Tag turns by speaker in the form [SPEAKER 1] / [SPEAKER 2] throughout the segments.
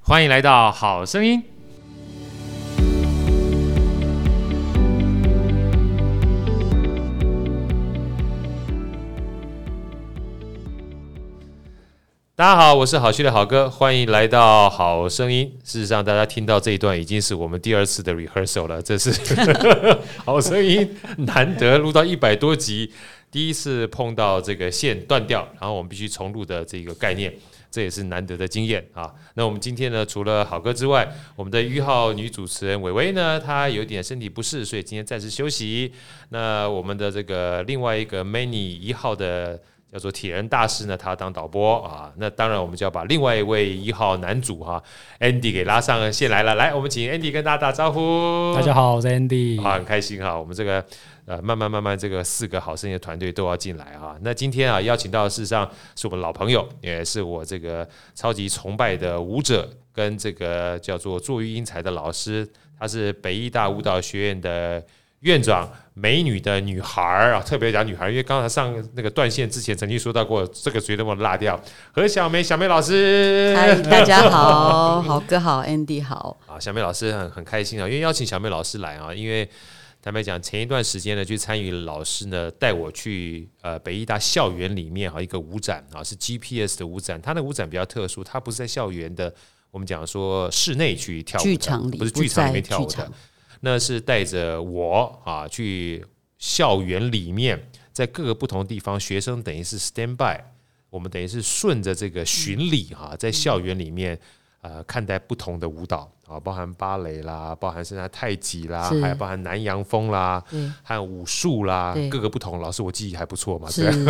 [SPEAKER 1] 欢迎来到《好声音》。大家好，我是好趣的好哥，欢迎来到《好声音》。事实上，大家听到这一段已经是我们第二次的 rehearsal 了，这是《好声音》难得录到一百多集，第一次碰到这个线断掉，然后我们必须重录的这个概念，这也是难得的经验啊。那我们今天呢，除了好哥之外，我们的一号女主持人伟伟呢，她有点身体不适，所以今天暂时休息。那我们的这个另外一个 Many 一号的叫做铁人大师呢，他当导播啊。那当然，我们就要把另外一位一号男主哈、Andy 给拉上线来了。来，我们请 Andy 跟大家打招呼。
[SPEAKER 2] 大家好，我是 Andy。
[SPEAKER 1] 啊，很开心哈、我们这个呃，慢慢慢慢，这个四个好声音的团队都要进来啊。那今天啊，邀请到的事实上是我们老朋友，也是我这个超级崇拜的舞者，跟这个叫做坐育英才的老师，他是北医大舞蹈学院的院长，美女的女孩儿啊，特别讲女孩儿，因为刚才上那个断线之前曾经说到过，这个谁那么辣掉，何小梅，小梅老师，
[SPEAKER 3] 嗨，大家好，好哥好，Andy 好，
[SPEAKER 1] 啊，小妹老师很很开心啊，因为邀请小妹老师来啊，因为坦白讲，前一段时间呢，去参与老师呢带我去呃北医大校园里面哈一个舞展啊，是 GPS 的舞展，它的舞展比较特殊，它不是在校园的，我们讲说室内去跳舞的，
[SPEAKER 3] 剧场里
[SPEAKER 1] 不是
[SPEAKER 3] 不
[SPEAKER 1] 剧场里
[SPEAKER 3] 在
[SPEAKER 1] 面跳
[SPEAKER 3] 剧
[SPEAKER 1] 舞的
[SPEAKER 3] 场，
[SPEAKER 1] 那是带着我啊去校园里面，在各个不同地方，学生等于是 stand by，我们等于是顺着这个巡礼哈、在校园里面呃看待不同的舞蹈啊，包含芭蕾啦，包含现在太极啦，
[SPEAKER 3] 是
[SPEAKER 1] 还有包含南洋风啦，
[SPEAKER 3] 对，
[SPEAKER 1] 和武术啦，
[SPEAKER 3] 对
[SPEAKER 1] 各个不同。老师，我记忆还不错嘛，对
[SPEAKER 3] 是。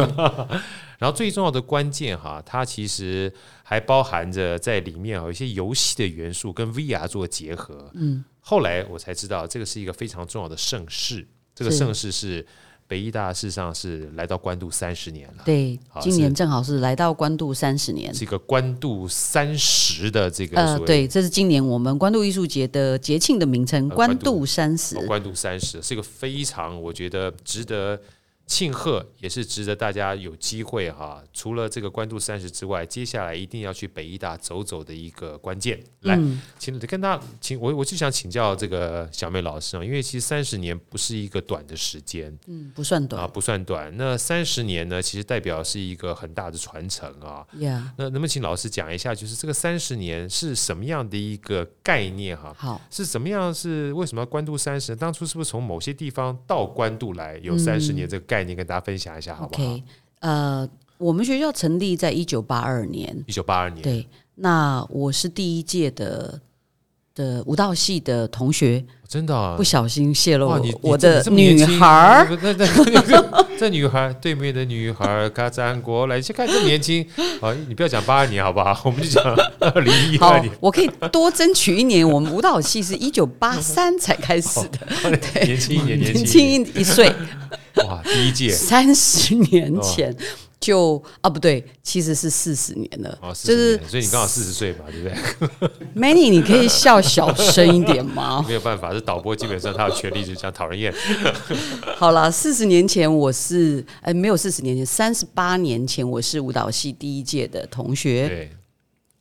[SPEAKER 1] 然后最重要的关键哈，它其实还包含着在里面啊有一些游戏的元素跟 VR 做结合。嗯，后来我才知道这个是一个非常重要的盛世，这个
[SPEAKER 3] 是
[SPEAKER 1] 盛世是北医大事实上是来到关渡三十年了。
[SPEAKER 3] 对
[SPEAKER 1] 好，
[SPEAKER 3] 今年正好是来到关渡三十年。
[SPEAKER 1] 是一个关渡三十的这个
[SPEAKER 3] 呃
[SPEAKER 1] 所，谓
[SPEAKER 3] 对，这是今年我们关渡艺术节的节庆的名称，
[SPEAKER 1] 呃
[SPEAKER 3] 关
[SPEAKER 1] 关渡
[SPEAKER 3] 渡三十
[SPEAKER 1] 哦。关渡三十是一个非常我觉得值得庆贺，也是值得大家有机会哈。除了这个关渡三十之外，接下来一定要去北医大走走的一个关键。来，请跟大请我我就想请教这个小妹老师啊，因为其实三十年不是一个短的时间，
[SPEAKER 3] 嗯，不算
[SPEAKER 1] 啊，
[SPEAKER 3] 短
[SPEAKER 1] 不算短。那三十年呢，其实代表是一个很大的传承啊。
[SPEAKER 3] 呀。
[SPEAKER 1] 那能不能请老师讲一下，就是这个三十年是什么样的一个概念哈、
[SPEAKER 3] 好，
[SPEAKER 1] 是怎么样？是为什么要关渡三十？当初是不是从某些地方到关渡来有三十年这个概念，跟大家分享一下，好不好
[SPEAKER 3] 嗯 OK，？呃，我们学校成立在一九八二年，
[SPEAKER 1] 一九八二年，哦
[SPEAKER 3] 对，那我是第一届的的舞蹈系的同学，
[SPEAKER 1] 真的、啊
[SPEAKER 3] 不。小心泄露
[SPEAKER 1] 哇，
[SPEAKER 3] 我
[SPEAKER 1] 你
[SPEAKER 3] 我的女孩儿，，
[SPEAKER 1] 你这你这么年轻那那那这女孩对面的女孩，嘎赞国来，先看这么年轻啊！你不要讲八二年好不好？我们就讲二零一
[SPEAKER 3] 好
[SPEAKER 1] 二年，，
[SPEAKER 3] 我可以多争取一年。我们舞蹈系是一九八三才开始的，
[SPEAKER 1] 哦
[SPEAKER 3] 哎
[SPEAKER 1] 年轻一年，
[SPEAKER 3] 年
[SPEAKER 1] 年
[SPEAKER 3] 轻
[SPEAKER 1] 轻一
[SPEAKER 3] 一 一岁，
[SPEAKER 1] 年，哇，第一届
[SPEAKER 3] 三十年
[SPEAKER 1] 哦
[SPEAKER 3] 前就啊不对，其实是四十年了，
[SPEAKER 1] 哦，
[SPEAKER 3] 就
[SPEAKER 1] 40
[SPEAKER 3] 是
[SPEAKER 1] 年所以你刚好四十岁嘛，对不对？
[SPEAKER 3] Many，你可以笑小声一点吗？
[SPEAKER 1] 没有办法，这导播基本上他的权利就这样讨人厌。
[SPEAKER 3] 好啦，四十年前我是呃没有四十年前，三十八年前我是舞蹈系第一届的同学，
[SPEAKER 1] 对，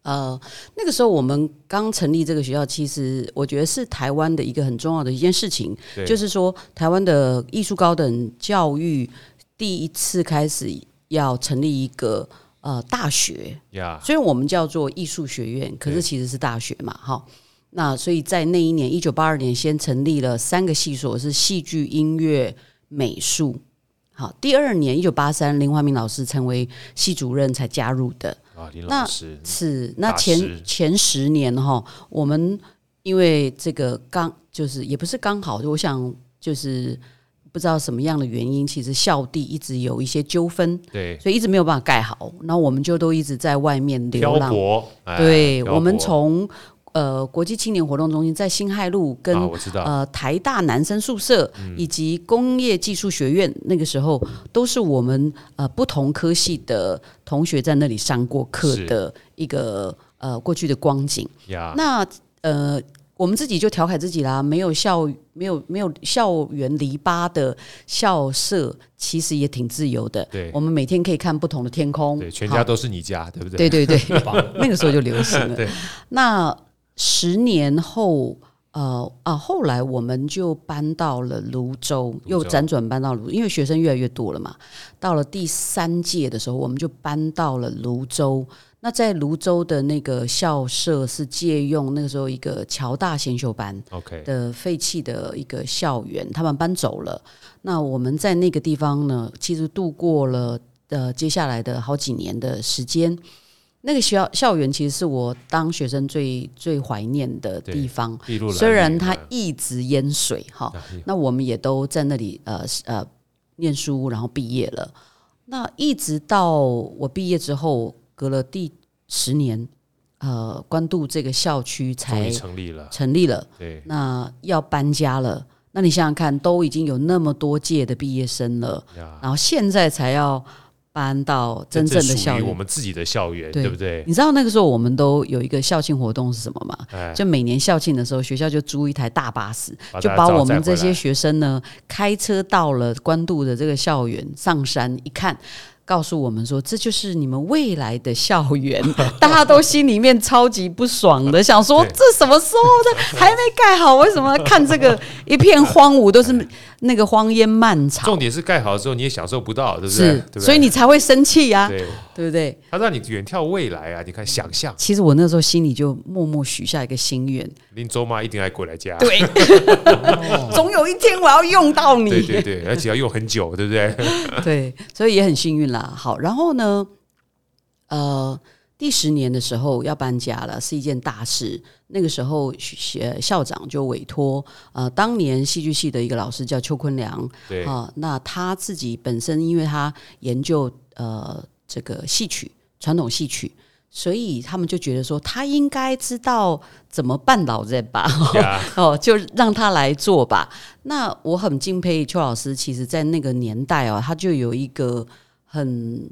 [SPEAKER 3] 呃，那个时候我们刚成立这个学校，其实我觉得是台湾的一个很重要的一件事情，
[SPEAKER 1] 对
[SPEAKER 3] 就是说台湾的艺术高等教育第一次开始要成立一个呃大学，
[SPEAKER 1] 呀，
[SPEAKER 3] 虽然我们叫做艺术学院，可
[SPEAKER 1] 对
[SPEAKER 3] 是其实是大学嘛，哈。那所以在那一年，一九八二年，先成立了三个系所，是戏剧、音乐、美术。好，第二年，一九八三，林怀民老师成为系主任才加入的。
[SPEAKER 1] 啊，林老
[SPEAKER 3] 那
[SPEAKER 1] 师，
[SPEAKER 3] 是，那
[SPEAKER 1] 大师
[SPEAKER 3] 前前十年哈，我们因为这个刚就是也不是刚好，我想就是不知道什么样的原因，其实校地一直有一些纠纷，
[SPEAKER 1] 对，
[SPEAKER 3] 所以一直没有办法盖好，然后我们就都一直在外面流
[SPEAKER 1] 漂
[SPEAKER 3] 浪。
[SPEAKER 1] 泊，哎
[SPEAKER 3] 对，
[SPEAKER 1] 漂
[SPEAKER 3] 我们
[SPEAKER 1] 泊
[SPEAKER 3] 从呃国际青年活动中心在新海路跟、
[SPEAKER 1] 啊，我知道，
[SPEAKER 3] 呃台大男生宿舍、
[SPEAKER 1] 嗯
[SPEAKER 3] 以及工业技术学院，那个时候都是我们呃不同科系的同学在那里上过课
[SPEAKER 1] 是啊
[SPEAKER 3] 的一个呃过去的光景。
[SPEAKER 1] 呀，
[SPEAKER 3] 那呃。我们自己就调侃自己啦，没有校没有没有校园篱笆的校舍，其实也挺自由的。
[SPEAKER 1] 对
[SPEAKER 3] 我们每天可以看不同的天空，
[SPEAKER 1] 对，全
[SPEAKER 3] 好
[SPEAKER 1] 家都是你家，对不对？
[SPEAKER 3] 对对对，那个时候就流行了。那十年后，呃啊，后来我们就搬到了泸州，又辗转搬到泸，因为学生越来越多了嘛。到了第三届的时候，我们就搬到了泸州。那在泸州的那个校舍是借用那个时候一个侨大先修班，
[SPEAKER 1] OK，
[SPEAKER 3] 的废弃的一个校园，他们搬走了。那我们在那个地方呢，其实度过了呃接下来的好几年的时间。那个学校校园其实是我当学生最最怀念的
[SPEAKER 1] 对
[SPEAKER 3] 地方，
[SPEAKER 1] 筚路蓝缕
[SPEAKER 3] 虽然它
[SPEAKER 1] 啊
[SPEAKER 3] 一直淹水哈，那我们也都在那里呃是呃念书，然后毕业了。那一直到我毕业之后，隔了第十年，呃，关渡这个校区
[SPEAKER 1] 终于
[SPEAKER 3] 才
[SPEAKER 1] 成立了，
[SPEAKER 3] 成立了。
[SPEAKER 1] 对，
[SPEAKER 3] 那要搬家了，那你想想看，都已经有那么多届的毕业生了，
[SPEAKER 1] 呀，
[SPEAKER 3] 然后现在才要搬到真正的校
[SPEAKER 1] 属于我
[SPEAKER 3] 园。
[SPEAKER 1] 们自己的校园，
[SPEAKER 3] 对
[SPEAKER 1] 对不对？
[SPEAKER 3] 你知道那个时候我们都有一个校庆活动是什么吗？
[SPEAKER 1] 哎，
[SPEAKER 3] 就每年校庆的时候，学校就租一台大巴士，
[SPEAKER 1] 把
[SPEAKER 3] 就
[SPEAKER 1] 大家
[SPEAKER 3] 把
[SPEAKER 1] 招
[SPEAKER 3] 我
[SPEAKER 1] 载
[SPEAKER 3] 们这
[SPEAKER 1] 回
[SPEAKER 3] 些
[SPEAKER 1] 来
[SPEAKER 3] 学生呢开车到了关渡的这个校园上山一看。告诉我们说，这就是你们未来的校 园，大家都心里面超级不爽的，想说
[SPEAKER 1] 对
[SPEAKER 3] 这什么时候的还没盖好，为什么看这个一片荒芜都是那个荒烟漫 草？
[SPEAKER 1] 重点是盖好之后你也享受不到，对不对？
[SPEAKER 3] 是
[SPEAKER 1] 对不，对
[SPEAKER 3] 所以你才啊会生气呀、
[SPEAKER 1] 对，
[SPEAKER 3] 对不对？
[SPEAKER 1] 它让你远眺未来啊！你看，想象
[SPEAKER 3] 其实我那时候心里就默默许下一个心愿，
[SPEAKER 1] 林州妈一定爱过来家，
[SPEAKER 3] 对，总有一天我要用到你。
[SPEAKER 1] 哦 对对对，而且要用很久，对不对？
[SPEAKER 3] 对，所以也很幸运啦。好，然后呢，呃，第十年的时候要搬家了，是一件大事。那个时候，学校长就委托呃，当年戏剧系的一个老师叫邱坤良
[SPEAKER 1] 对
[SPEAKER 3] 啊、那他自己本身因为他研究呃这个戏曲传统戏曲。所以他们就觉得说，他应该知道怎么办老人吧，
[SPEAKER 1] 呀，
[SPEAKER 3] 哦，就让他来做吧。那我很敬佩邱老师，其实在那个年代哦，他就有一个很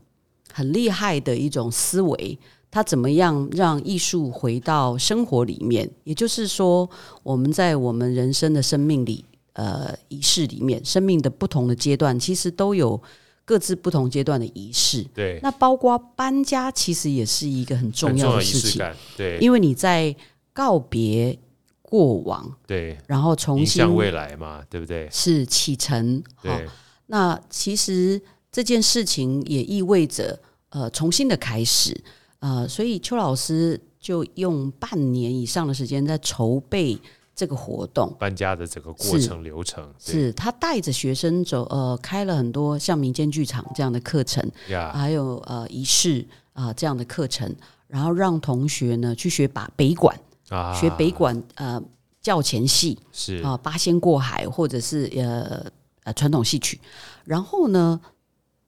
[SPEAKER 3] 很厉害的一种思维，他怎么样让艺术回到生活里面？也就是说，我们在我们人生的生命里，呃，仪式里面，生命的不同的阶段，其实都有各自不同阶段的仪式。
[SPEAKER 1] 对，
[SPEAKER 3] 那包括搬家，其实也是一个很重
[SPEAKER 1] 很重
[SPEAKER 3] 要
[SPEAKER 1] 要
[SPEAKER 3] 的
[SPEAKER 1] 仪
[SPEAKER 3] 事
[SPEAKER 1] 式
[SPEAKER 3] 情，
[SPEAKER 1] 感，对
[SPEAKER 3] 因为你在告别过往。
[SPEAKER 1] 对，
[SPEAKER 3] 然后重
[SPEAKER 1] 影
[SPEAKER 3] 新
[SPEAKER 1] 响未来嘛，对不对？
[SPEAKER 3] 是启程。好，
[SPEAKER 1] 对，
[SPEAKER 3] 那其实这件事情也意味着呃重新的开始。呃，所以邱老师就用半年以上的时间在筹备这个活动。
[SPEAKER 1] 搬家的整个过
[SPEAKER 3] 是
[SPEAKER 1] 程流程，对
[SPEAKER 3] 是他带着学生走，呃，开了很多像民间剧场这样的课程，
[SPEAKER 1] 呀，
[SPEAKER 3] 还有呃仪式啊、这样的课程，然后让同学呢去学把北管，
[SPEAKER 1] 啊，
[SPEAKER 3] 学北管呃教前戏，
[SPEAKER 1] 是
[SPEAKER 3] 啊，八仙过海，或者是呃呃传统戏曲，然后呢，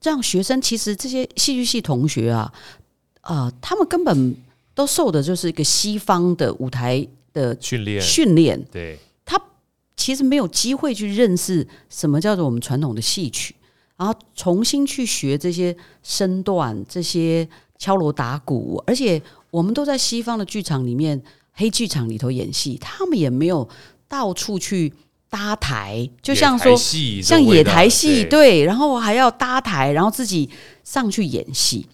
[SPEAKER 3] 让学生其实这些戏剧系同学啊，啊，他们根本都受的就是一个西方的舞台的
[SPEAKER 1] 训练，
[SPEAKER 3] 训练，
[SPEAKER 1] 对
[SPEAKER 3] 其实没有机会去认识什么叫做我们传统的戏曲，然后重新去学这些身段、这些敲锣打鼓，而且我们都在西方的剧场里面、黑剧场里头演戏，他们也没有到处去搭台，就像
[SPEAKER 1] 野
[SPEAKER 3] 说
[SPEAKER 1] 台戏这
[SPEAKER 3] 像
[SPEAKER 1] 种味
[SPEAKER 3] 野
[SPEAKER 1] 道
[SPEAKER 3] 台戏，，对，然后还要搭台，然后自己上去演戏，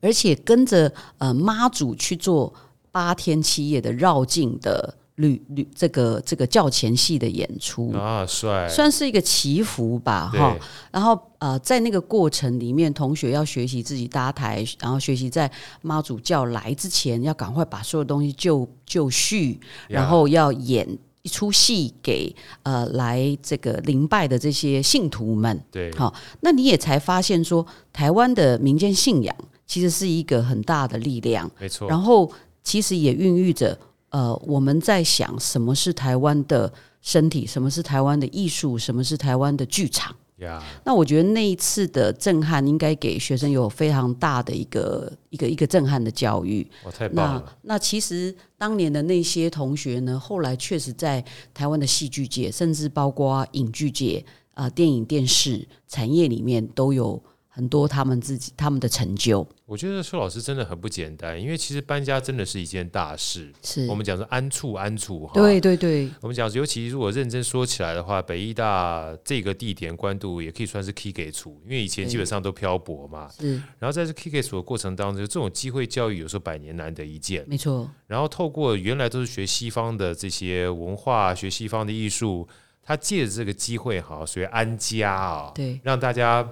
[SPEAKER 3] 而且跟着呃妈祖去做八天七夜的绕境的旅旅这个这个教前戏的演出，
[SPEAKER 1] 啊，帅，
[SPEAKER 3] 算是一个祈福吧，哈
[SPEAKER 1] 对。，
[SPEAKER 3] 然后呃，在那个过程里面，同学要学习自己搭台，然后学习在妈祖教来之前，要赶快把所有东西就就绪，然
[SPEAKER 1] 呀
[SPEAKER 3] 后要演一出戏给呃来这个灵拜的这些信徒们。
[SPEAKER 1] 对，
[SPEAKER 3] 好，那你也才发现说，台湾的民间信仰其实是一个很大的力量，
[SPEAKER 1] 没错，
[SPEAKER 3] 然后其实也孕育着呃我们在想什么是台湾的身体，什么是台湾的艺术，什么是台湾的剧场。
[SPEAKER 1] 呀，
[SPEAKER 3] 那我觉得那一次的震撼，应该给学生有非常大的一个一个一个震撼的教育。
[SPEAKER 1] 哇，太棒
[SPEAKER 3] 那
[SPEAKER 1] 了，
[SPEAKER 3] 那其实当年的那些同学呢，后来确实在台湾的戏剧界，甚至包括影剧界啊、呃电影、电视产业里面都有很多他们自己他们的成就。
[SPEAKER 1] 我觉得邱老师真的很不简单，因为其实搬家真的是一件大事。
[SPEAKER 3] 是
[SPEAKER 1] 我们讲说安处安处哈，
[SPEAKER 3] 对对对，
[SPEAKER 1] 我们讲，尤其如果认真说起来的话，北医大这个地点关渡也可以算是 key 给处，因为以前基本上都漂泊嘛。
[SPEAKER 3] 是
[SPEAKER 1] 然后在这 key 给处的过程当中，这种机会教育有时候百年难得一见。
[SPEAKER 3] 没错，
[SPEAKER 1] 然后透过原来都是学西方的这些文化，学西方的艺术，他借着这个机会哈，所谓安家啊、
[SPEAKER 3] 对
[SPEAKER 1] 让大家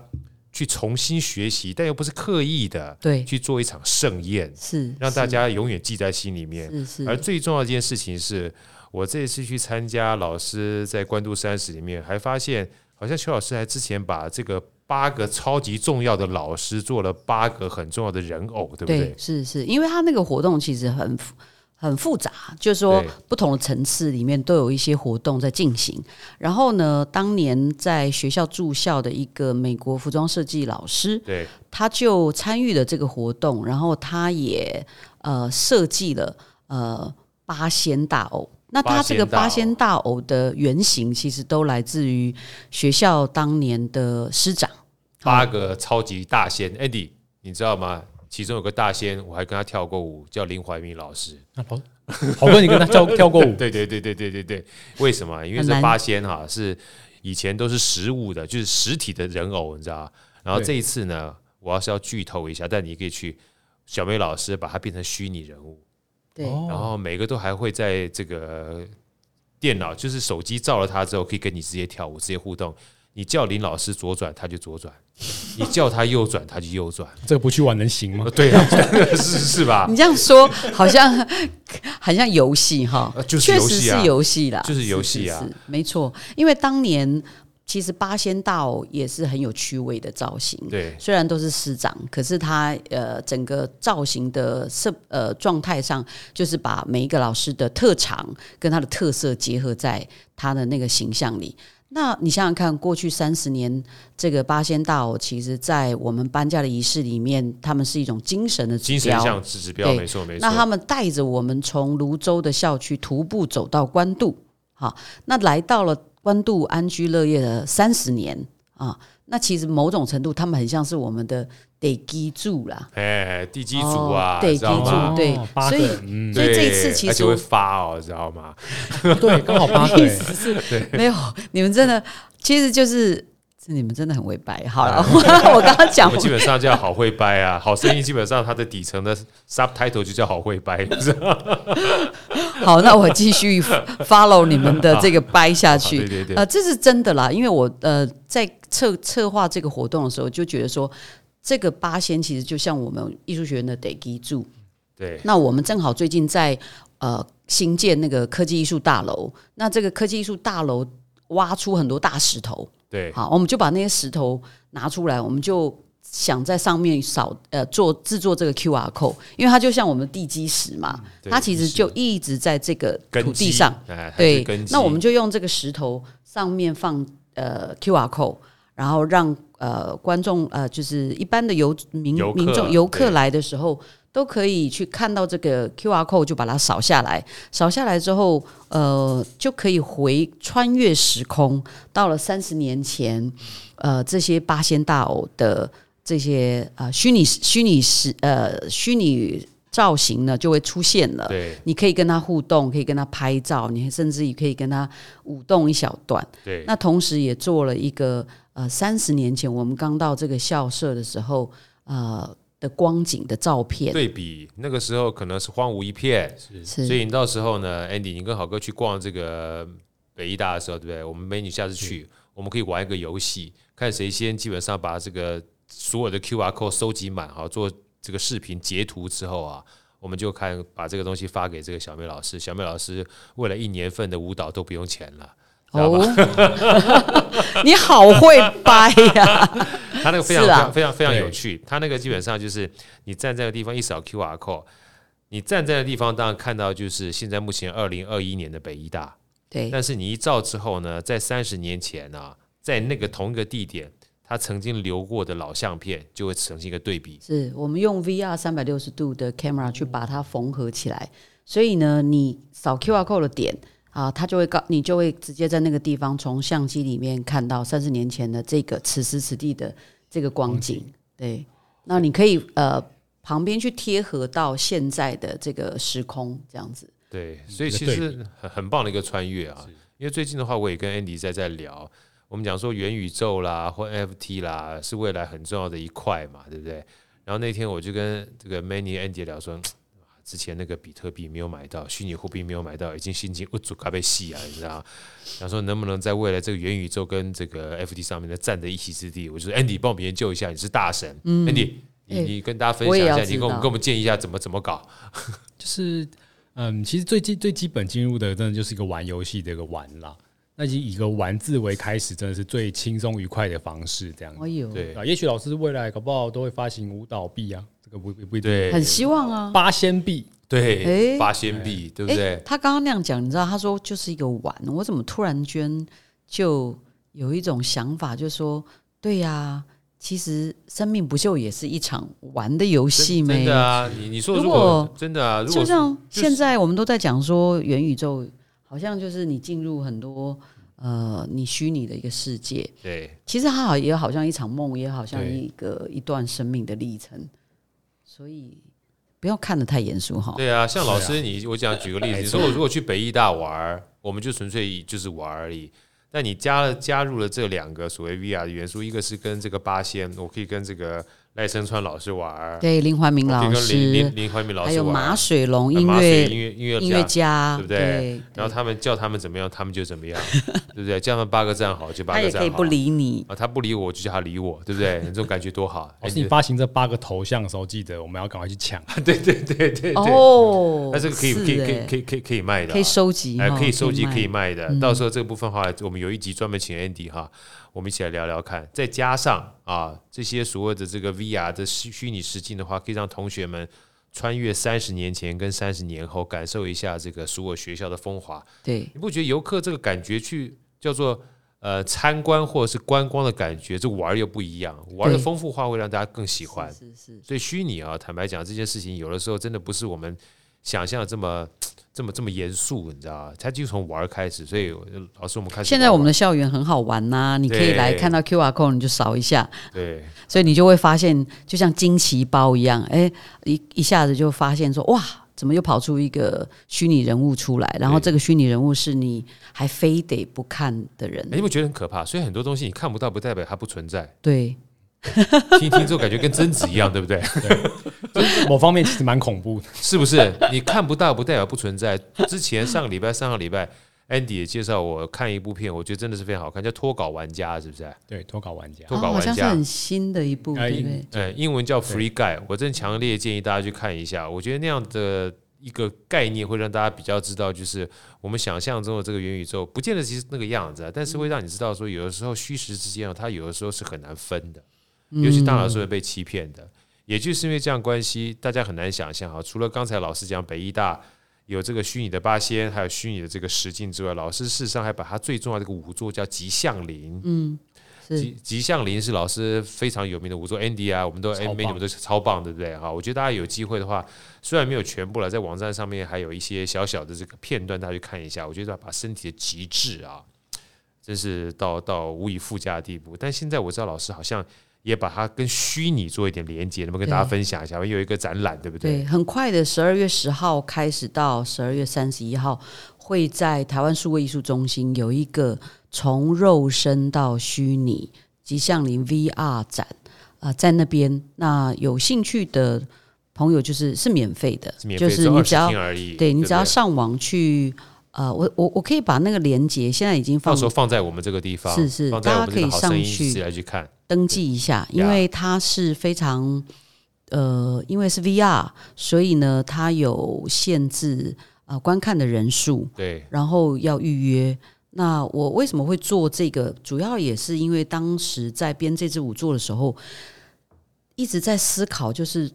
[SPEAKER 1] 去重新学习，但又不是刻意的
[SPEAKER 3] 对
[SPEAKER 1] 去做一场盛宴，
[SPEAKER 3] 是
[SPEAKER 1] 让大家永远记在心里面。
[SPEAKER 3] 是是
[SPEAKER 1] 而最重要的一件事情是，我这一次去参加老师在关渡三十里面，还发现好像邱老师还之前把这个八个超级重要的老师做了八个很重要的人偶，对不对？
[SPEAKER 3] 对是是，因为他那个活动其实很复很复杂，就是说
[SPEAKER 1] 对
[SPEAKER 3] 不同的层次里面都有一些活动在进行。然后呢，当年在学校住校的一个美国服装设计老师，
[SPEAKER 1] 对
[SPEAKER 3] 他就参与了这个活动，然后他也呃设计了呃八仙大偶。那他这个
[SPEAKER 1] 八
[SPEAKER 3] 八
[SPEAKER 1] 仙
[SPEAKER 3] 仙大偶的原型，其实都来自于学校当年的师长。
[SPEAKER 1] 八个超级大仙 Andy，你知道吗？其中有个大仙，我还跟他跳过舞，叫林怀民老师。
[SPEAKER 2] 那好，好哥，你跟 他跳跳过舞，
[SPEAKER 1] 对对对对对对对，为什么？因为
[SPEAKER 3] 很
[SPEAKER 1] 这
[SPEAKER 3] 难
[SPEAKER 1] 八仙哈、是以前都是实物的，就是实体的人偶，你知道吧然后
[SPEAKER 2] 对
[SPEAKER 1] 这一次呢，我要是要剧透一下，但你可以去小梅老师把它变成虚拟人物，
[SPEAKER 3] 对，
[SPEAKER 2] 哦
[SPEAKER 1] 然后每个都还会在这个电脑，就是手机照了它之后，可以跟你直接跳舞，直接互动。你叫林老师左转，他就左转；你叫他右转，他就右转。
[SPEAKER 2] 这个不去玩能行吗
[SPEAKER 1] 呃？对啊， 真的是是吧？
[SPEAKER 3] 你这样说 好像很像游戏哈
[SPEAKER 1] 呃，就是
[SPEAKER 3] 确
[SPEAKER 1] 游
[SPEAKER 3] 实
[SPEAKER 1] 戏啊
[SPEAKER 3] 是游戏啦，
[SPEAKER 1] 就是游戏啊
[SPEAKER 3] 是是是没错。因为当年其实八仙大偶也是很有趣味的造型，
[SPEAKER 1] 对
[SPEAKER 3] 虽然都是师长，可是他呃整个造型的设呃状态上，就是把每一个老师的特长跟他的特色结合在他的那个形象里。那你想想看，过去三十年，这个八仙大偶，其实在我们搬家的仪式里面，他们是一种精神的指
[SPEAKER 1] 精神
[SPEAKER 3] 标
[SPEAKER 1] 上指标
[SPEAKER 3] 对
[SPEAKER 1] 没错没错。
[SPEAKER 3] 那他们带着我们从泸州的校区徒步走到关渡，好，那来到了关渡安居乐业的三十年啊，那其实某种程度，他们很像是我们的得基柱啦。
[SPEAKER 1] 哎，地基组啊，
[SPEAKER 3] 哦对
[SPEAKER 1] 知道
[SPEAKER 3] 地基
[SPEAKER 1] 吗
[SPEAKER 3] 组？对
[SPEAKER 2] 哦八
[SPEAKER 3] 所
[SPEAKER 2] 个
[SPEAKER 3] 以，
[SPEAKER 2] 嗯，
[SPEAKER 3] 所以
[SPEAKER 1] 对
[SPEAKER 3] 这一次其实
[SPEAKER 1] 而且会
[SPEAKER 3] 我
[SPEAKER 1] 发哦，知道吗？
[SPEAKER 2] 对，刚好八个
[SPEAKER 3] 意
[SPEAKER 2] 欸，
[SPEAKER 3] 思是，没有你们真的，其实就是是你们真的很会掰。好了，我刚刚
[SPEAKER 1] 我
[SPEAKER 3] 讲
[SPEAKER 1] 们基本上叫好会掰啊，好声音基本上它的底层的 subtitle 就叫好会掰， 不是？
[SPEAKER 3] 好，那我继续 follow 你们的这个掰下 去。
[SPEAKER 1] 啊好对对对
[SPEAKER 3] 呃，这是真的啦，因为我呃在策策划这个活动的时候，就觉得说，这个八仙其实就像我们艺术学院的 d e g i 住，
[SPEAKER 1] 对，
[SPEAKER 3] 那我们正好最近在呃新建那个科技艺术大楼，那这个科技艺术大楼挖出很多大石头，
[SPEAKER 1] 对，
[SPEAKER 3] 好，我们就把那些石头拿出来，我们就想在上面扫呃做制作这个 QR code，因为它就像我们的地基石嘛，
[SPEAKER 1] 嗯对
[SPEAKER 3] 它其实就一直在这个
[SPEAKER 1] 根
[SPEAKER 3] 土地
[SPEAKER 1] 基
[SPEAKER 3] 上。，
[SPEAKER 1] 哎，还是
[SPEAKER 3] 对
[SPEAKER 1] 根，基。
[SPEAKER 3] 那我们就用这个石头上面放呃 QR code，然后让呃观众呃就是一般的游民
[SPEAKER 1] 游客
[SPEAKER 3] 民众游客
[SPEAKER 1] 对
[SPEAKER 3] 来的时候。都可以去看到这个 QR code，就把它扫下来。扫下来之后，呃，就可以回穿越时空，到了三十年前，呃，这些八仙大偶的这些呃虚拟虚拟时呃虚拟造型呢，就会出现了。
[SPEAKER 1] 对
[SPEAKER 3] 你可以跟他互动，可以跟他拍照，你甚至也可以跟他舞动一小段。
[SPEAKER 1] 对
[SPEAKER 3] 那同时也做了一个呃，三十年前我们刚到这个校舍的时候，呃的光景的照片，
[SPEAKER 1] 对比那个时候可能是荒芜一片，
[SPEAKER 3] 是
[SPEAKER 1] 所以你到时候呢，Andy，你跟好哥去逛这个北医大的时候，对不对？我们美女下次去，我们可以玩一个游戏，看谁先基本上把这个所有的 QR code 收集满，哈，做这个视频截图之后啊。我们就看把这个东西发给这个小妹老师，小妹老师为了一年份的舞蹈都不用钱了，知道吧？
[SPEAKER 3] 哦， 你好会掰呀、
[SPEAKER 1] 他那个非常
[SPEAKER 3] 是
[SPEAKER 1] 非
[SPEAKER 3] 啊
[SPEAKER 1] 常非常非常
[SPEAKER 2] 对
[SPEAKER 1] 有趣，他那个基本上就是你站在那个地方一扫 QR code，你站在的地方当然看到就是现在目前二零二一年的北医大，
[SPEAKER 3] 对，
[SPEAKER 1] 但是你一照之后呢，在三十年前啊，在那个同一个地点，他曾经留过的老相片就会呈现一个对比，
[SPEAKER 3] 是我们用 VR 三百六十度的 camera 去把它缝合起来，所以呢，你扫 QR code 的点啊，它就会告你就会直接在那个地方从相机里面看到三十年前的这个此时此地的这个光景。对，那你可以呃旁边去贴合到现在的这个时空这样子。
[SPEAKER 1] 对，所以
[SPEAKER 2] 一个
[SPEAKER 1] 其
[SPEAKER 2] 嗯对
[SPEAKER 1] 实很很棒的一个穿越啊。因为最近的话，我也跟 Andy 在在聊，我们讲说元宇宙啦或 NFT 啦，是未来很重要的一块嘛，对不对？然后那天我就跟这个 Many Andy 聊说，嗯哇之前那个比特币没有买到，虚拟货币没有买到，已经心情不足，咖被戏啊，你知道吗？然后说能不能在未来这个元宇宙跟这个 FT 上面呢占着一席之地？我就说 Andy 帮我们研究一下，你是大神、a n d y 你
[SPEAKER 3] 哎
[SPEAKER 1] 你跟大家分
[SPEAKER 3] 我
[SPEAKER 1] 享一
[SPEAKER 3] 也要
[SPEAKER 1] 下，你
[SPEAKER 3] 知
[SPEAKER 1] 跟我们
[SPEAKER 3] 道
[SPEAKER 1] 跟我们建议一下怎么怎么搞。
[SPEAKER 2] 就是嗯，其实最基最基本进入的，真的就是一个玩游戏的一个玩啦。那以一个玩字为开始，真的是最轻松愉快的方式，这样子
[SPEAKER 3] 哎呦，
[SPEAKER 1] 对
[SPEAKER 2] 啊。也许老师未来搞不好都会发行舞蹈币啊，这个不不不一定。
[SPEAKER 1] 对，
[SPEAKER 3] 很希望啊。
[SPEAKER 2] 八仙币，
[SPEAKER 1] 对，
[SPEAKER 3] 哎
[SPEAKER 1] 八仙币，对不
[SPEAKER 3] 诶
[SPEAKER 1] 对？
[SPEAKER 3] 他刚刚那样讲，你知道，他说就是一个玩，我怎么突然间就有一种想法，就说，对呀、其实生命不就也是一场玩的游
[SPEAKER 1] 真
[SPEAKER 3] 戏
[SPEAKER 1] 真
[SPEAKER 3] 没？
[SPEAKER 1] 的啊，你你说
[SPEAKER 3] 如
[SPEAKER 1] 如果
[SPEAKER 3] 果
[SPEAKER 1] 真的啊，如
[SPEAKER 3] 就
[SPEAKER 1] 果
[SPEAKER 3] 像
[SPEAKER 1] 就是
[SPEAKER 3] 现在我们都在讲说元宇宙，好像就是你进入很多呃你虚拟的一个世界，
[SPEAKER 1] 对
[SPEAKER 3] 其实它好也好像一场梦，也好像
[SPEAKER 2] 对
[SPEAKER 3] 一个一段生命的历程，所以不要看得太严肃哈。
[SPEAKER 1] 对啊，像老
[SPEAKER 2] 是
[SPEAKER 1] 师你，我讲举个例子，
[SPEAKER 2] 没
[SPEAKER 1] 你
[SPEAKER 2] 错
[SPEAKER 1] 说我如果去北医大玩儿，我们就纯粹就是玩儿而已。但你加了加入了这两个所谓 VR 的元素，一个是跟这个八仙，我可以跟这个赖声川老师玩儿，
[SPEAKER 3] 对，林怀民
[SPEAKER 1] 我可
[SPEAKER 3] 老
[SPEAKER 1] 以跟林林
[SPEAKER 3] 师，
[SPEAKER 1] 林怀民老
[SPEAKER 3] 还
[SPEAKER 1] 师
[SPEAKER 3] 有
[SPEAKER 1] 玩儿，
[SPEAKER 3] 马水龙
[SPEAKER 1] 啊
[SPEAKER 3] 音
[SPEAKER 1] 马水音
[SPEAKER 3] 乐
[SPEAKER 1] 乐音乐
[SPEAKER 3] 音乐
[SPEAKER 1] 家。
[SPEAKER 3] 家，
[SPEAKER 1] 对不对然后他们叫他们怎么样，他们就怎么 样，对不对？叫他们八个站好就八
[SPEAKER 3] 他
[SPEAKER 1] 个
[SPEAKER 3] 也
[SPEAKER 1] 站好，
[SPEAKER 3] 可以不理你，
[SPEAKER 1] 啊，他不理我，我就叫他理我，对不 对？这种感觉多好。哎
[SPEAKER 2] 老师你
[SPEAKER 1] 你
[SPEAKER 2] 发行这八个头像的时候，记得我们要赶快去抢。
[SPEAKER 1] 对 对对对对，
[SPEAKER 3] 哦，
[SPEAKER 1] 那这个可以
[SPEAKER 3] 是
[SPEAKER 1] 可以可以
[SPEAKER 3] 欸
[SPEAKER 1] 可以可以可以卖的啊，
[SPEAKER 3] 可以收集
[SPEAKER 1] 哎
[SPEAKER 3] 哈，
[SPEAKER 1] 可以收集可以
[SPEAKER 3] 卖
[SPEAKER 1] 卖
[SPEAKER 3] 嗯
[SPEAKER 1] 的。到时候这个部分的话，我们有一集专门请 Andy 哈，我们一起来聊聊看。再加上啊，这些所谓的这个 VR 的虚虚拟实境的话，可以让同学们穿越三十年前跟三十年后，感受一下这个属我学校的风华。
[SPEAKER 3] 对，
[SPEAKER 1] 你不觉得游客这个感觉去叫做呃参观或者是观光的感觉，这玩儿又不一样，玩儿的
[SPEAKER 3] 对
[SPEAKER 1] 丰富化会让大家更喜欢。
[SPEAKER 3] 是是
[SPEAKER 1] 所以虚拟啊，坦白讲，这件事情有的时候真的不是我们想象的这么这么这么严肃，你知道吧？它就从玩儿开始。所以我老师，我们开始
[SPEAKER 3] 现在我们
[SPEAKER 1] 玩
[SPEAKER 3] 的校园很好玩呐、你可以来
[SPEAKER 1] 对
[SPEAKER 3] 看到 QR code，你就扫一下，
[SPEAKER 1] 玩对哎
[SPEAKER 3] 所以你就会发现，就像惊奇包一样，哎、一一下子就发现说，哇，怎么又跑出一个虚拟人物出来？然后
[SPEAKER 1] 对
[SPEAKER 3] 这个虚拟人物是你还非得不看的人
[SPEAKER 1] 哎，，你们觉得很可怕？所以很多东西你看不到，不代表它不存在。
[SPEAKER 3] 对，
[SPEAKER 1] 听一听之后，感觉跟贞子一样，对不对？
[SPEAKER 2] 某方面其实蛮恐怖的，
[SPEAKER 1] 是不是？ 你看不到不代表不存在。之前上个礼拜、 上个礼拜，Andy 也介绍我看一部片，我觉得真的是非常好看，叫《脱稿玩家》，是不是？
[SPEAKER 2] 对，脱稿玩家。
[SPEAKER 1] 脱
[SPEAKER 3] 哦
[SPEAKER 1] 稿
[SPEAKER 3] 好
[SPEAKER 1] 玩
[SPEAKER 3] 像是
[SPEAKER 1] 家
[SPEAKER 3] 很新的一部，
[SPEAKER 2] 哎
[SPEAKER 3] 对不对？
[SPEAKER 1] 呃，英文叫 Free Guy，我真强烈建议大家去看一下。我觉得那样的一个概念会让大家比较知道，就是我们想象中的这个元宇宙，不见得其实那个样子啊，但是会让你知道说，有的时候虚实之间啊，它有的时候是很难分的，
[SPEAKER 3] 嗯
[SPEAKER 1] 尤其大脑是会被欺骗的。也就是因为这样关系，大家很难想象啊哈。除了刚才老师讲北医大有这个虚拟的八仙，还有虚拟的这个实境之外，老师事实上还把它最重要的一个五座叫吉祥林，
[SPEAKER 3] 是
[SPEAKER 1] 吉吉祥林是老师非常有名的舞作 Andy 啊，我们都
[SPEAKER 2] 超棒
[SPEAKER 1] Andy 我们都是超棒，对不对？哈，我觉得大家有机会的话，虽然没有全部了，在网站上面还有一些小小的这个片段，大家去看一下。我觉得把身体的极致啊，真是到到无以复加的地步。但现在我知道老师好像也把它跟虚拟做一点连接，能不能跟
[SPEAKER 3] 对
[SPEAKER 1] 大家分享一下？因为有一个展览，对不
[SPEAKER 3] 对，
[SPEAKER 1] 对？
[SPEAKER 3] 很快的，十二月十号开始到十二月三十一号，会在台湾数位艺术中心有一个从肉身到虚拟吉祥林 VR 展啊、呃在那边。那有兴趣的朋友就是是免费的，
[SPEAKER 1] 是免费，
[SPEAKER 3] 就是你
[SPEAKER 1] 二
[SPEAKER 3] 只
[SPEAKER 1] 十
[SPEAKER 3] 要
[SPEAKER 1] 天而已。
[SPEAKER 3] 对你
[SPEAKER 1] 不
[SPEAKER 3] 只要上网去呃，我我我可以把那个链接现在已经
[SPEAKER 1] 到
[SPEAKER 3] 放
[SPEAKER 1] 时候放在我们这个地方，
[SPEAKER 3] 是是
[SPEAKER 1] 放在我
[SPEAKER 3] 大
[SPEAKER 1] 们这
[SPEAKER 3] 家可
[SPEAKER 1] 个
[SPEAKER 3] 以
[SPEAKER 1] 好声音
[SPEAKER 3] 上去
[SPEAKER 1] 自己来去看。
[SPEAKER 3] 登记一下，
[SPEAKER 1] 对
[SPEAKER 3] 因为它是非常呃，因为是 VR，所以呢，它有限制啊、呃观看的人数，
[SPEAKER 1] 对，
[SPEAKER 3] 然后要预约。那我为什么会做这个？主要也是因为当时在编这支舞做的时候，一直在思考，就是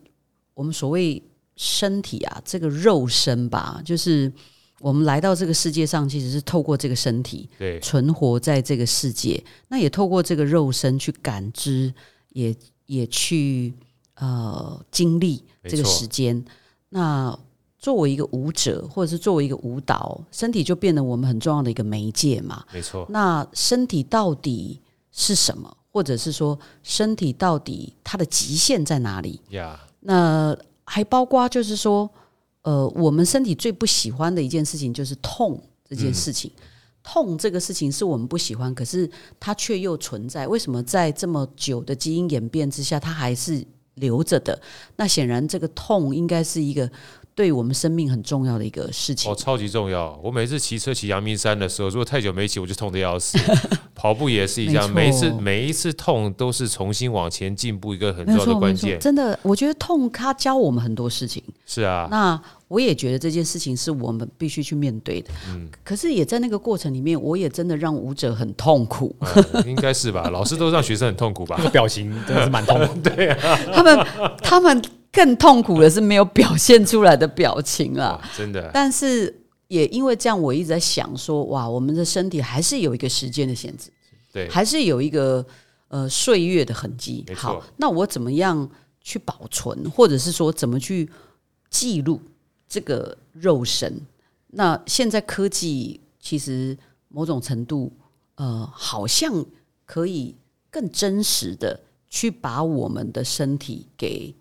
[SPEAKER 3] 我们所谓身体啊，这个肉身吧，就是我们来到这个世界上，其实是透过这个身体，
[SPEAKER 1] 对，
[SPEAKER 3] 存活在这个世界，那也透过这个肉身去感知，也也去呃经历
[SPEAKER 1] 没
[SPEAKER 3] 这个
[SPEAKER 1] 错
[SPEAKER 3] 时间。那作为一个舞者，或者是作为一个舞蹈，身体就变得我们很重要的一个媒介嘛。
[SPEAKER 1] 没错，
[SPEAKER 3] 那身体到底是什么？或者是说身体到底它的极限在哪里？
[SPEAKER 1] 呀，
[SPEAKER 3] 那还包括就是说，呃，我们身体最不喜欢的一件事情就是痛这
[SPEAKER 1] 嗯
[SPEAKER 3] 件事情。痛这个事情是我们不喜欢，可是它却又存在。为什么在这么久的基因演变之下，它还是留着的？那显然这个痛应该是一个对我们生命很重要的一个事情。
[SPEAKER 1] 哦，超级重要！我每次骑车骑阳明山的时候，如果太久没骑，我就痛得要 死。跑步也是一样，每
[SPEAKER 3] 没
[SPEAKER 1] 一
[SPEAKER 3] 错
[SPEAKER 1] 次每一次痛都是重新往前进步一个很
[SPEAKER 3] 没
[SPEAKER 1] 重
[SPEAKER 3] 有
[SPEAKER 1] 要的
[SPEAKER 3] 错，没
[SPEAKER 1] 关
[SPEAKER 3] 有错，
[SPEAKER 1] 键。
[SPEAKER 3] 真的，我觉得痛它教我们很多事情。
[SPEAKER 1] 是啊，
[SPEAKER 3] 那我也觉得这件事情是我们必须去面对的。可是也在那个过程里面，我也真的让舞者很痛苦。
[SPEAKER 1] 嗯应该是吧？老师都让学生很痛苦吧
[SPEAKER 2] 那？个表情真的是蛮痛苦的。
[SPEAKER 3] 他们他们更痛苦的是没有表现出来的表情啊。
[SPEAKER 1] 哇哦真的，
[SPEAKER 3] 但是也因为这样，我一直在想说，哇，我们的身体还是有一个时间的限制，
[SPEAKER 1] 对，
[SPEAKER 3] 还是有一个呃岁月的痕迹
[SPEAKER 1] 没。错
[SPEAKER 3] 好，那我怎么样去保存，或者是说怎么去记录这个肉身？那现在科技其实某种程度，呃，好像可以更真实的去把我们的身体给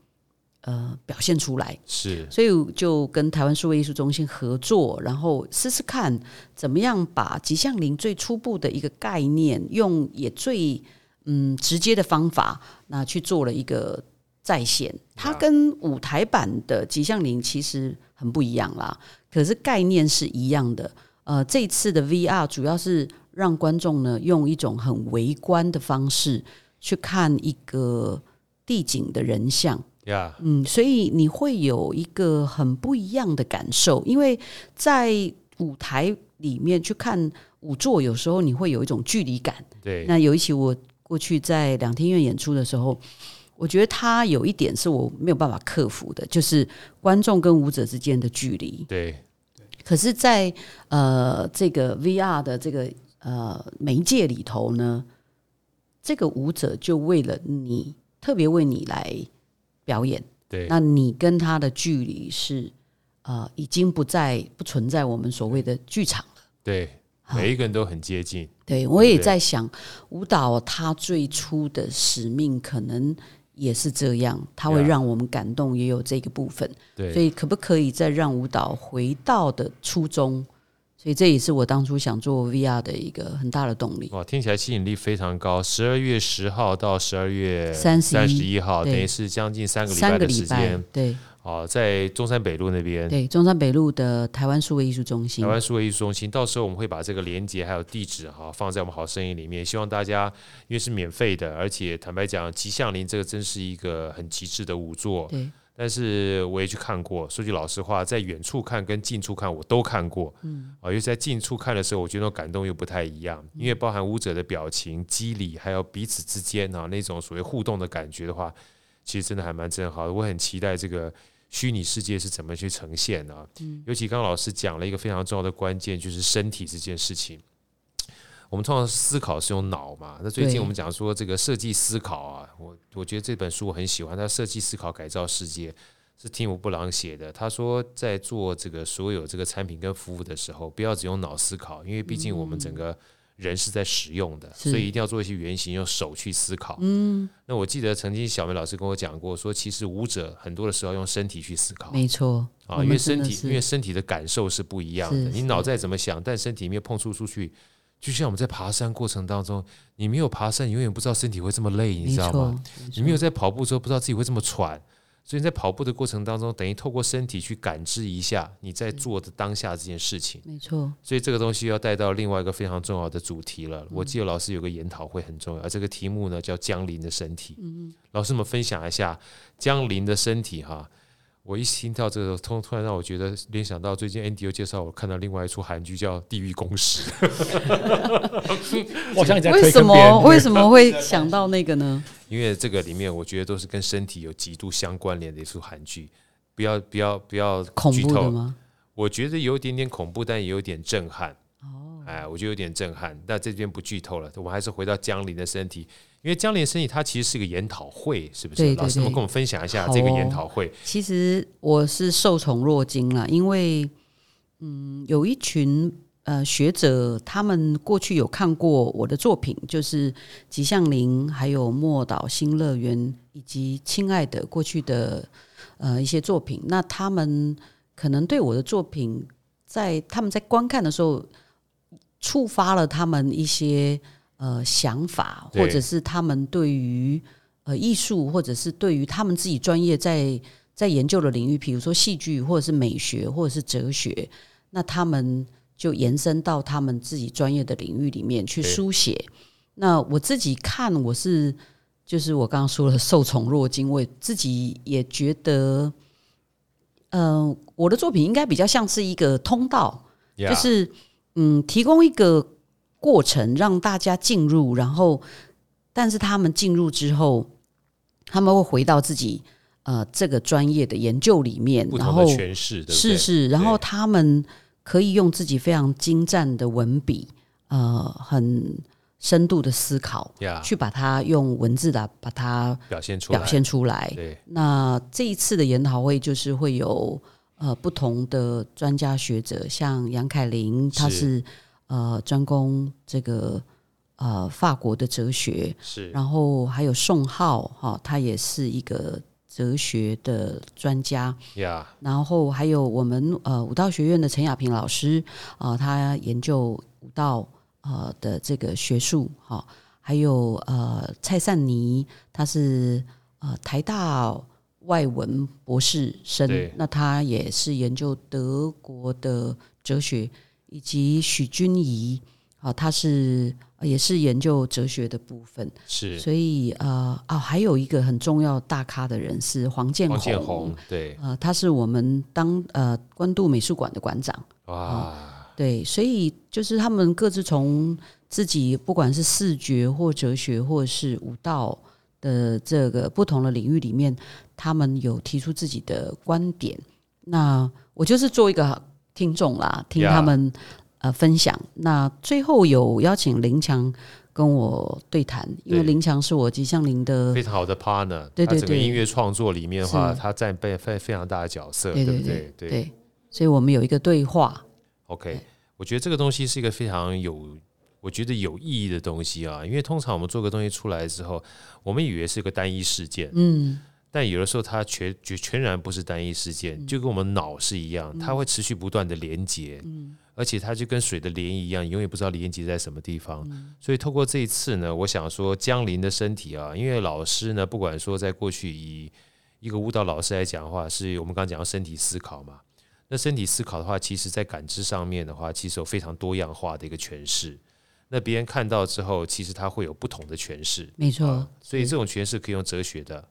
[SPEAKER 3] 呃表现出来。
[SPEAKER 1] 是
[SPEAKER 3] 所以就跟台湾数位艺术中心合作，然后试试看怎么样把吉祥林最初步的一个概念，用也最嗯直接的方法，那去做了一个再现。它跟舞台版的吉祥林其实很不一样啦，可是概念是一样的。呃，这一次的 VR 主要是让观众呢用一种很围观的方式去看一个地景的人像。
[SPEAKER 1] 呀，
[SPEAKER 3] 嗯，所以你会有一个很不一样的感受，因为在舞台里面去看舞作，有时候你会有一种距离感。
[SPEAKER 1] 对，
[SPEAKER 3] 那有一期我过去在两厅院演出的时候，我觉得它有一点是我没有办法克服的，就是观众跟舞者之间的距离。
[SPEAKER 1] 对，
[SPEAKER 3] 可是在，呃这个 VR 的这个呃媒介里头呢，这个舞者就为了你，特别为你来表演。
[SPEAKER 1] 对
[SPEAKER 3] 那你跟他的距离是呃，已经不在不存在我们所谓的剧场了。
[SPEAKER 1] 对，
[SPEAKER 3] 好
[SPEAKER 1] 每一个人都很接近，
[SPEAKER 3] 对我也
[SPEAKER 1] 对
[SPEAKER 3] 在想，舞蹈它最初的使命可能也是这样，它会
[SPEAKER 1] Yeah
[SPEAKER 3] 让我们感动，也有这个部分。所
[SPEAKER 1] 对，
[SPEAKER 3] 以可不可以再让舞蹈回到的初衷？所以这也是我当初想做 VR 的一个很大的动力。
[SPEAKER 1] 哇，听起来吸引力非常高。十二月十号到十二月
[SPEAKER 3] 31
[SPEAKER 1] 十一号，
[SPEAKER 3] 对
[SPEAKER 1] 等于是将近三个礼
[SPEAKER 3] 三
[SPEAKER 1] 拜
[SPEAKER 3] 个
[SPEAKER 1] 的
[SPEAKER 3] 礼
[SPEAKER 1] 时
[SPEAKER 3] 拜
[SPEAKER 1] 间，
[SPEAKER 3] 对
[SPEAKER 1] 哦，在中山北路那边。
[SPEAKER 3] 对，中山北路的台湾数位艺术中心
[SPEAKER 1] 台，湾数位艺术中心，到时候我们会把这个连接还有地址哈、放在我们好声音里面，希望大家因为是免费的，而且坦白讲，吉祥林这个真是一个很极致的舞作，
[SPEAKER 3] 对
[SPEAKER 1] 但是我也去看过。说句老实话，在远处看跟近处看我都看过，嗯，啊，尤其在近处看的时候，我觉得那种感动又不太一样，因为包含舞者的表情、肌理，还有彼此之间啊那种所谓互动的感觉的话，其实真的还蛮震撼的。我很期待这个虚拟世界是怎么去呈现啊。尤其刚刚老师讲了一个非常重要的关键，就是身体这件事情。我们通常思考是用脑嘛，那最近
[SPEAKER 3] 对
[SPEAKER 1] 我们讲说这个设计思考啊，我我觉得这本书我很喜欢，它《设计思考改造世界》是蒂姆布朗写的。他说，在做这个所有这个产品跟服务的时候，不要只用脑思考，因为毕竟我们整个人是在使用的，
[SPEAKER 3] 嗯是嗯
[SPEAKER 1] 所以一定要做一些原型，用手去思考。那我记得曾经小梅老师跟我讲过，说其实舞者很多的时候要用身体去思考
[SPEAKER 3] 没错，我
[SPEAKER 1] 啊，
[SPEAKER 3] 们
[SPEAKER 1] 因为
[SPEAKER 3] 真
[SPEAKER 1] 身
[SPEAKER 3] 的
[SPEAKER 1] 体
[SPEAKER 3] 是
[SPEAKER 1] 因为身体的感受是不一样的
[SPEAKER 3] 是，
[SPEAKER 1] 你
[SPEAKER 3] 是
[SPEAKER 1] 脑袋怎么想，但身体没有碰触出去。就像我们在爬山过程当中，你没有爬山，你永远不知道身体会这么累，你
[SPEAKER 3] 没
[SPEAKER 1] 知道吗
[SPEAKER 3] 错？，
[SPEAKER 1] 你
[SPEAKER 3] 嗯
[SPEAKER 1] 没有在跑步之后不知道自己会这么喘，所以你在跑步的过程当中，等于透过身体去感知一下你在做的当下这件事情。
[SPEAKER 3] 没错，
[SPEAKER 1] 所以这个东西要带到另外一个非常重要的主题了。我记得老师有个研讨会很重要，这个题目呢叫“江林的身体”。老师们分享一下江林的身体哈。我一听到这个，突突然让我觉得联想到最近 Andy 又介绍我看到另外一出韩剧叫《地狱公使》，
[SPEAKER 2] 我好像你在
[SPEAKER 3] 为
[SPEAKER 2] 推
[SPEAKER 3] 什
[SPEAKER 2] 坑别人
[SPEAKER 3] 么为什么会想到那个 呢？
[SPEAKER 1] 因为这个里面我觉得都是跟身体有极度相关联的一出韩剧。不要不要不要
[SPEAKER 3] 恐
[SPEAKER 1] 剧
[SPEAKER 3] 怖的
[SPEAKER 1] 透，
[SPEAKER 3] 吗？
[SPEAKER 1] 我觉得有一点点恐怖，但也有点震撼。哦，哎，我觉得有点震撼。那这边不剧透了，我们还是回到江林的身体，因为江林的身体它其实是个研讨会，是不是？
[SPEAKER 3] 对对
[SPEAKER 1] 老师，
[SPEAKER 3] 对
[SPEAKER 1] 能不能跟我们分享一下
[SPEAKER 3] 好
[SPEAKER 1] 这个
[SPEAKER 3] 哦
[SPEAKER 1] 研讨会？
[SPEAKER 3] 其实我是受宠若惊啦，因为嗯，有一群呃学者他们过去有看过我的作品，就是《吉祥林》、还有《莫岛新乐园》以及《亲爱的》过去的呃一些作品，那他们可能对我的作品在他们在观看的时候，触发了他们一些呃想法，
[SPEAKER 1] 对
[SPEAKER 3] 或者是他们对于呃艺术，或者是对于他们自己专业在在研究的领域，比如说戏剧，或者是美学，或者是哲学，那他们就延伸到他们自己专业的领域里面去
[SPEAKER 1] 对
[SPEAKER 3] 书写。那我自己看，我是就是我刚刚说了受宠若惊，我自己也觉得，嗯、我的作品应该比较像是一个通道，
[SPEAKER 1] 呀
[SPEAKER 3] 就是嗯，提供一个过程让大家进入，然后，但是他们进入之后，他们会回到自己呃这个专业的研究里面，
[SPEAKER 1] 不
[SPEAKER 3] 然
[SPEAKER 1] 同的
[SPEAKER 3] 后
[SPEAKER 1] 诠释，对不对？
[SPEAKER 3] 是是，然后
[SPEAKER 1] 对
[SPEAKER 3] 他们可以用自己非常精湛的文笔，呃，很深度的思考，
[SPEAKER 1] 呀，
[SPEAKER 3] 去把它用文字的把它
[SPEAKER 1] 表现出来，
[SPEAKER 3] 表现出来。
[SPEAKER 1] 对
[SPEAKER 3] 那这一次的研讨会就是会有呃不同的专家学者，像杨凯琳，
[SPEAKER 1] 是
[SPEAKER 3] 他是呃专攻这个呃法国的哲学，
[SPEAKER 1] 是
[SPEAKER 3] 然后还有宋浩哈、他也是一个哲学的专家，
[SPEAKER 1] 呀，
[SPEAKER 3] 然后还有我们呃武道学院的陈亚平老师啊、呃他研究武道呃的这个学术哈、还有呃蔡善妮，他是呃台大外文博士生
[SPEAKER 1] 对，
[SPEAKER 3] 那他也是研究德国的哲学，以及许君怡啊、他是呃也是研究哲学的部分，
[SPEAKER 1] 是
[SPEAKER 3] 所以呃啊、还有一个很重要大咖的人是黄建
[SPEAKER 1] 黄
[SPEAKER 3] 宏。
[SPEAKER 1] 建宏，对，
[SPEAKER 3] 呃，他是我们当呃关渡美术馆的馆长，哦
[SPEAKER 1] 哇，
[SPEAKER 3] 对，所以就是他们各自从自己不管是视觉或哲学或是舞蹈的这个不同的领域里面，他们有提出自己的观点。那我就是做一个听众啦，听
[SPEAKER 1] Yeah
[SPEAKER 3] 他们呃分享。那最后有邀请林强跟我对谈，因为
[SPEAKER 1] 对
[SPEAKER 3] 林强是我吉祥林的
[SPEAKER 1] 非常好的 partner，
[SPEAKER 3] 对
[SPEAKER 1] 他整
[SPEAKER 3] 对
[SPEAKER 1] 个
[SPEAKER 3] 对
[SPEAKER 1] 音乐创作里面的话，
[SPEAKER 3] 是
[SPEAKER 1] 他占被非非常大的角色，
[SPEAKER 3] 对
[SPEAKER 1] 不
[SPEAKER 3] 对
[SPEAKER 1] 对？对
[SPEAKER 3] 对，所以我们有一个对话，
[SPEAKER 1] OK，我觉得这个东西是一个非常有，我觉得有意义的东西啊。因为通常我们做个东西出来之后，我们以为是一个单一事件，
[SPEAKER 3] 嗯，
[SPEAKER 1] 但有的时候它全全全然不是单一事件，就跟我们脑是一样，它会持续不断的连接，而且它就跟水的涟漪一样，永远不知道连接在什么地方。所以透过这一次呢，我想说江林的身体啊，因为老师呢，不管说在过去以一个舞蹈老师来讲的话，是我们刚刚讲到身体思考嘛。那身体思考的话，其实在感知上面的话，其实有非常多样化的一个诠释。那别人看到之后，其实他会有不同的诠释。
[SPEAKER 3] 没错，
[SPEAKER 1] 啊，所
[SPEAKER 3] 嗯
[SPEAKER 1] 以这种诠释可以用哲学的，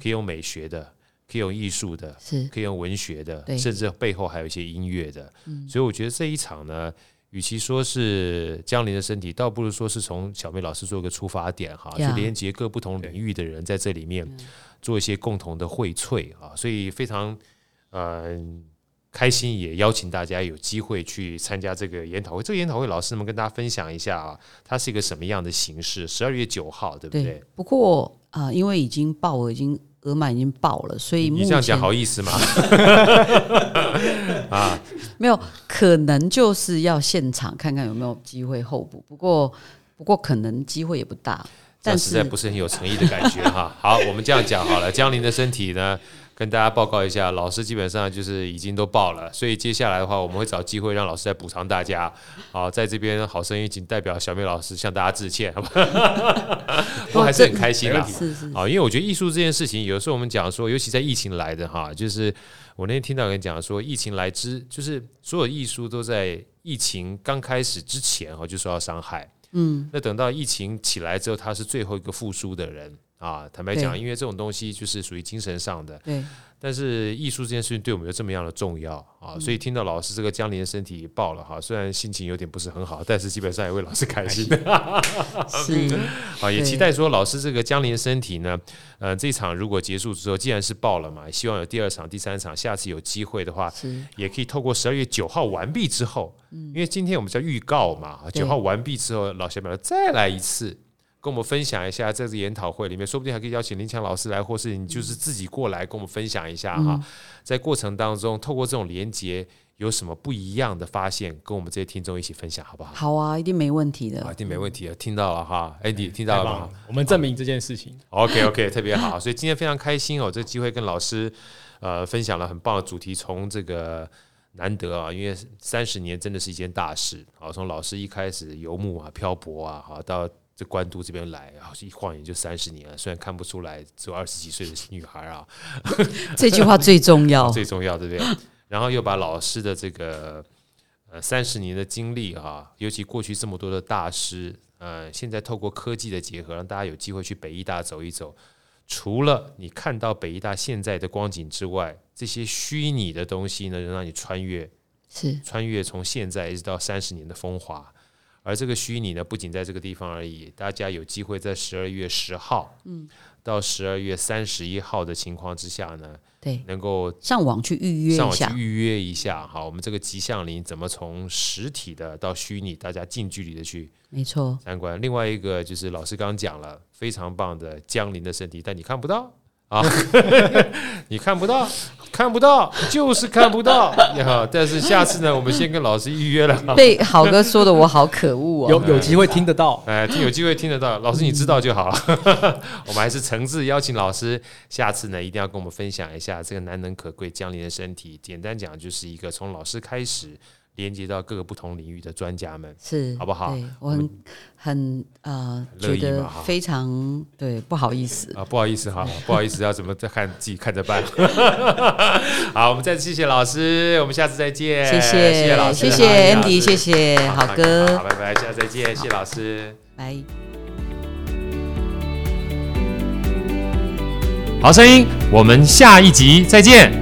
[SPEAKER 1] 可以用美学的，可以用艺术的，
[SPEAKER 3] 是
[SPEAKER 1] 可以用文学的，
[SPEAKER 3] 对
[SPEAKER 1] 甚至背后还有一些音乐的。所以我觉得这一场呢，与其说是江林的身体，倒不如说是从小妹老师做一个出发点哈，去
[SPEAKER 3] Yeah
[SPEAKER 1] 连接各不同领域的人在这里面做一些共同的荟萃啊，所以非常呃。开心也邀请大家有机会去参加这个研讨会。这个研讨会，老师们跟大家分享一下啊，它是一个什么样的形式？十二月九号，对不对？
[SPEAKER 3] 对，不过啊、呃因为已经报，我已经额满已经报了，所以目
[SPEAKER 1] 你
[SPEAKER 3] 前
[SPEAKER 1] 这样讲好意思吗？
[SPEAKER 3] 没有可能就是要现场看看有没有机会候补。不过不过可能机会也不大，
[SPEAKER 1] 这样
[SPEAKER 3] 但
[SPEAKER 1] 实在
[SPEAKER 3] 是
[SPEAKER 1] 不是很有诚意的感觉 哈。好，我们这样讲好了。江林的身体呢，跟大家报告一下，老师基本上就是已经都报了，所以接下来的话，我们会找机会让老师再补偿大家。好，在这边好声音仅代表小妹老师向大家致歉，好吧？ 我还是很开心啦。
[SPEAKER 3] 是是
[SPEAKER 1] 啊好，因为我觉得艺术这件事情，有时候我们讲说，尤其在疫情来的哈，就是我那天听到有人讲说，疫情来之，就是所有艺术都在疫情刚开始之前哈，就受到伤害。嗯，那等到疫情起来之后，他是最后一个复苏的人啊。坦白讲，
[SPEAKER 3] 对
[SPEAKER 1] 因为这种东西就是属于精神上的，
[SPEAKER 3] 对
[SPEAKER 1] 但是艺术这件事情对我们有这么样的重要啊，所以听到老师这个江林的身体爆了哈，虽然心情有点不是很好，但是基本上也为老师开心。
[SPEAKER 3] 是，
[SPEAKER 1] 啊，也
[SPEAKER 3] 对
[SPEAKER 1] 期待说老师这个江林的身体呢，呃，这一场如果结束之后，既然是爆了嘛，希望有第二场、第三场，下次有机会的话，
[SPEAKER 3] 是
[SPEAKER 1] 也可以透过十二月九号完毕之后，因为今天我们叫预告嘛，
[SPEAKER 3] 嗯
[SPEAKER 1] 啊
[SPEAKER 3] 对
[SPEAKER 1] 九号完毕之后，老小表再来一次。跟我们分享一下，在这次研讨会里面，说不定还可以邀请林强老师来，或
[SPEAKER 3] 嗯
[SPEAKER 1] 是你就是自己过来跟我们分享一下哈。在过程当中，透过这种连接，有什么不一样的发现，跟我们这些听众一起分享，好不好？
[SPEAKER 3] 好啊，一定没问题
[SPEAKER 1] 啊，
[SPEAKER 3] 的
[SPEAKER 1] 一。定没问题的，听到了哈，哎，
[SPEAKER 3] 嗯
[SPEAKER 1] 你听
[SPEAKER 2] 太
[SPEAKER 1] 到了
[SPEAKER 2] 棒
[SPEAKER 1] 吗
[SPEAKER 2] 了？，我们证明这件事情。
[SPEAKER 1] OK OK，特别好，所以今天非常开心哦，这个机会跟老师呃分享了很棒的主题，从这个难得啊，因为三十年真的是一件大事啊，从老师一开始游牧啊、漂泊啊，好到。这关渡这边来，然后一晃眼就三十年了。虽然看不出来，只有二十几岁的女孩啊，
[SPEAKER 3] 这句话最重要。
[SPEAKER 1] 最重要，对不对？然后又把老师的这个呃三十年的经历啊，尤其过去这么多的大师，呃，现在透过科技的结合，让大家有机会去北医大走一走。除了你看到北医大现在的光景之外，这些虚拟的东西呢，能让你穿越
[SPEAKER 3] 是
[SPEAKER 1] 穿越从现在一直到三十年的风华。而这个虚拟呢，不仅在这个地方而已，大家有机会在十二月十号，嗯，到十二月三十一号的情况之下呢，
[SPEAKER 3] 对，
[SPEAKER 1] 能够
[SPEAKER 3] 上网去预约
[SPEAKER 1] 上
[SPEAKER 3] 一
[SPEAKER 1] 网去
[SPEAKER 3] 下。
[SPEAKER 1] 预约一下哈。我们这个吉祥林怎么从实体的到虚拟，大家近距离的去
[SPEAKER 3] 没 错，
[SPEAKER 1] 参观。另外一个就是老师刚刚讲了，非常棒的江林的身体，但你看不到啊， 你看不到，看不到，就是看不到。 啊但是下次呢，我们先跟老师预约了。
[SPEAKER 3] 被好哥说的我好可恶哦。
[SPEAKER 2] 有有机会听得到，
[SPEAKER 1] 哎，听有机会听得到，老师你知道就好了。 我们还是诚挚邀请老师，下次呢一定要跟我们分享一下这个难能可贵江林的身体。简单讲，就是一个从老师开始，连接到各个不同领域的专家们。
[SPEAKER 3] 是
[SPEAKER 1] 好不好嗯
[SPEAKER 3] 对我很很呃，
[SPEAKER 1] 乐
[SPEAKER 3] 觉
[SPEAKER 1] 意
[SPEAKER 3] 得
[SPEAKER 1] 嘛哈
[SPEAKER 3] 非常对，不好意思。
[SPEAKER 1] 啊，不好意思哈，不好意思，要怎么再看自己看着办。 好，我们再次谢谢老师，我们下次再见。
[SPEAKER 3] 谢
[SPEAKER 1] 谢谢老师，
[SPEAKER 3] 谢
[SPEAKER 1] 好
[SPEAKER 3] 谢 Andy，
[SPEAKER 1] 老师
[SPEAKER 3] 谢谢
[SPEAKER 1] 好
[SPEAKER 3] 好哥
[SPEAKER 1] 好，，拜拜，下次再见，谢谢老师。
[SPEAKER 3] 拜。
[SPEAKER 1] 好声音，我们下一集再见。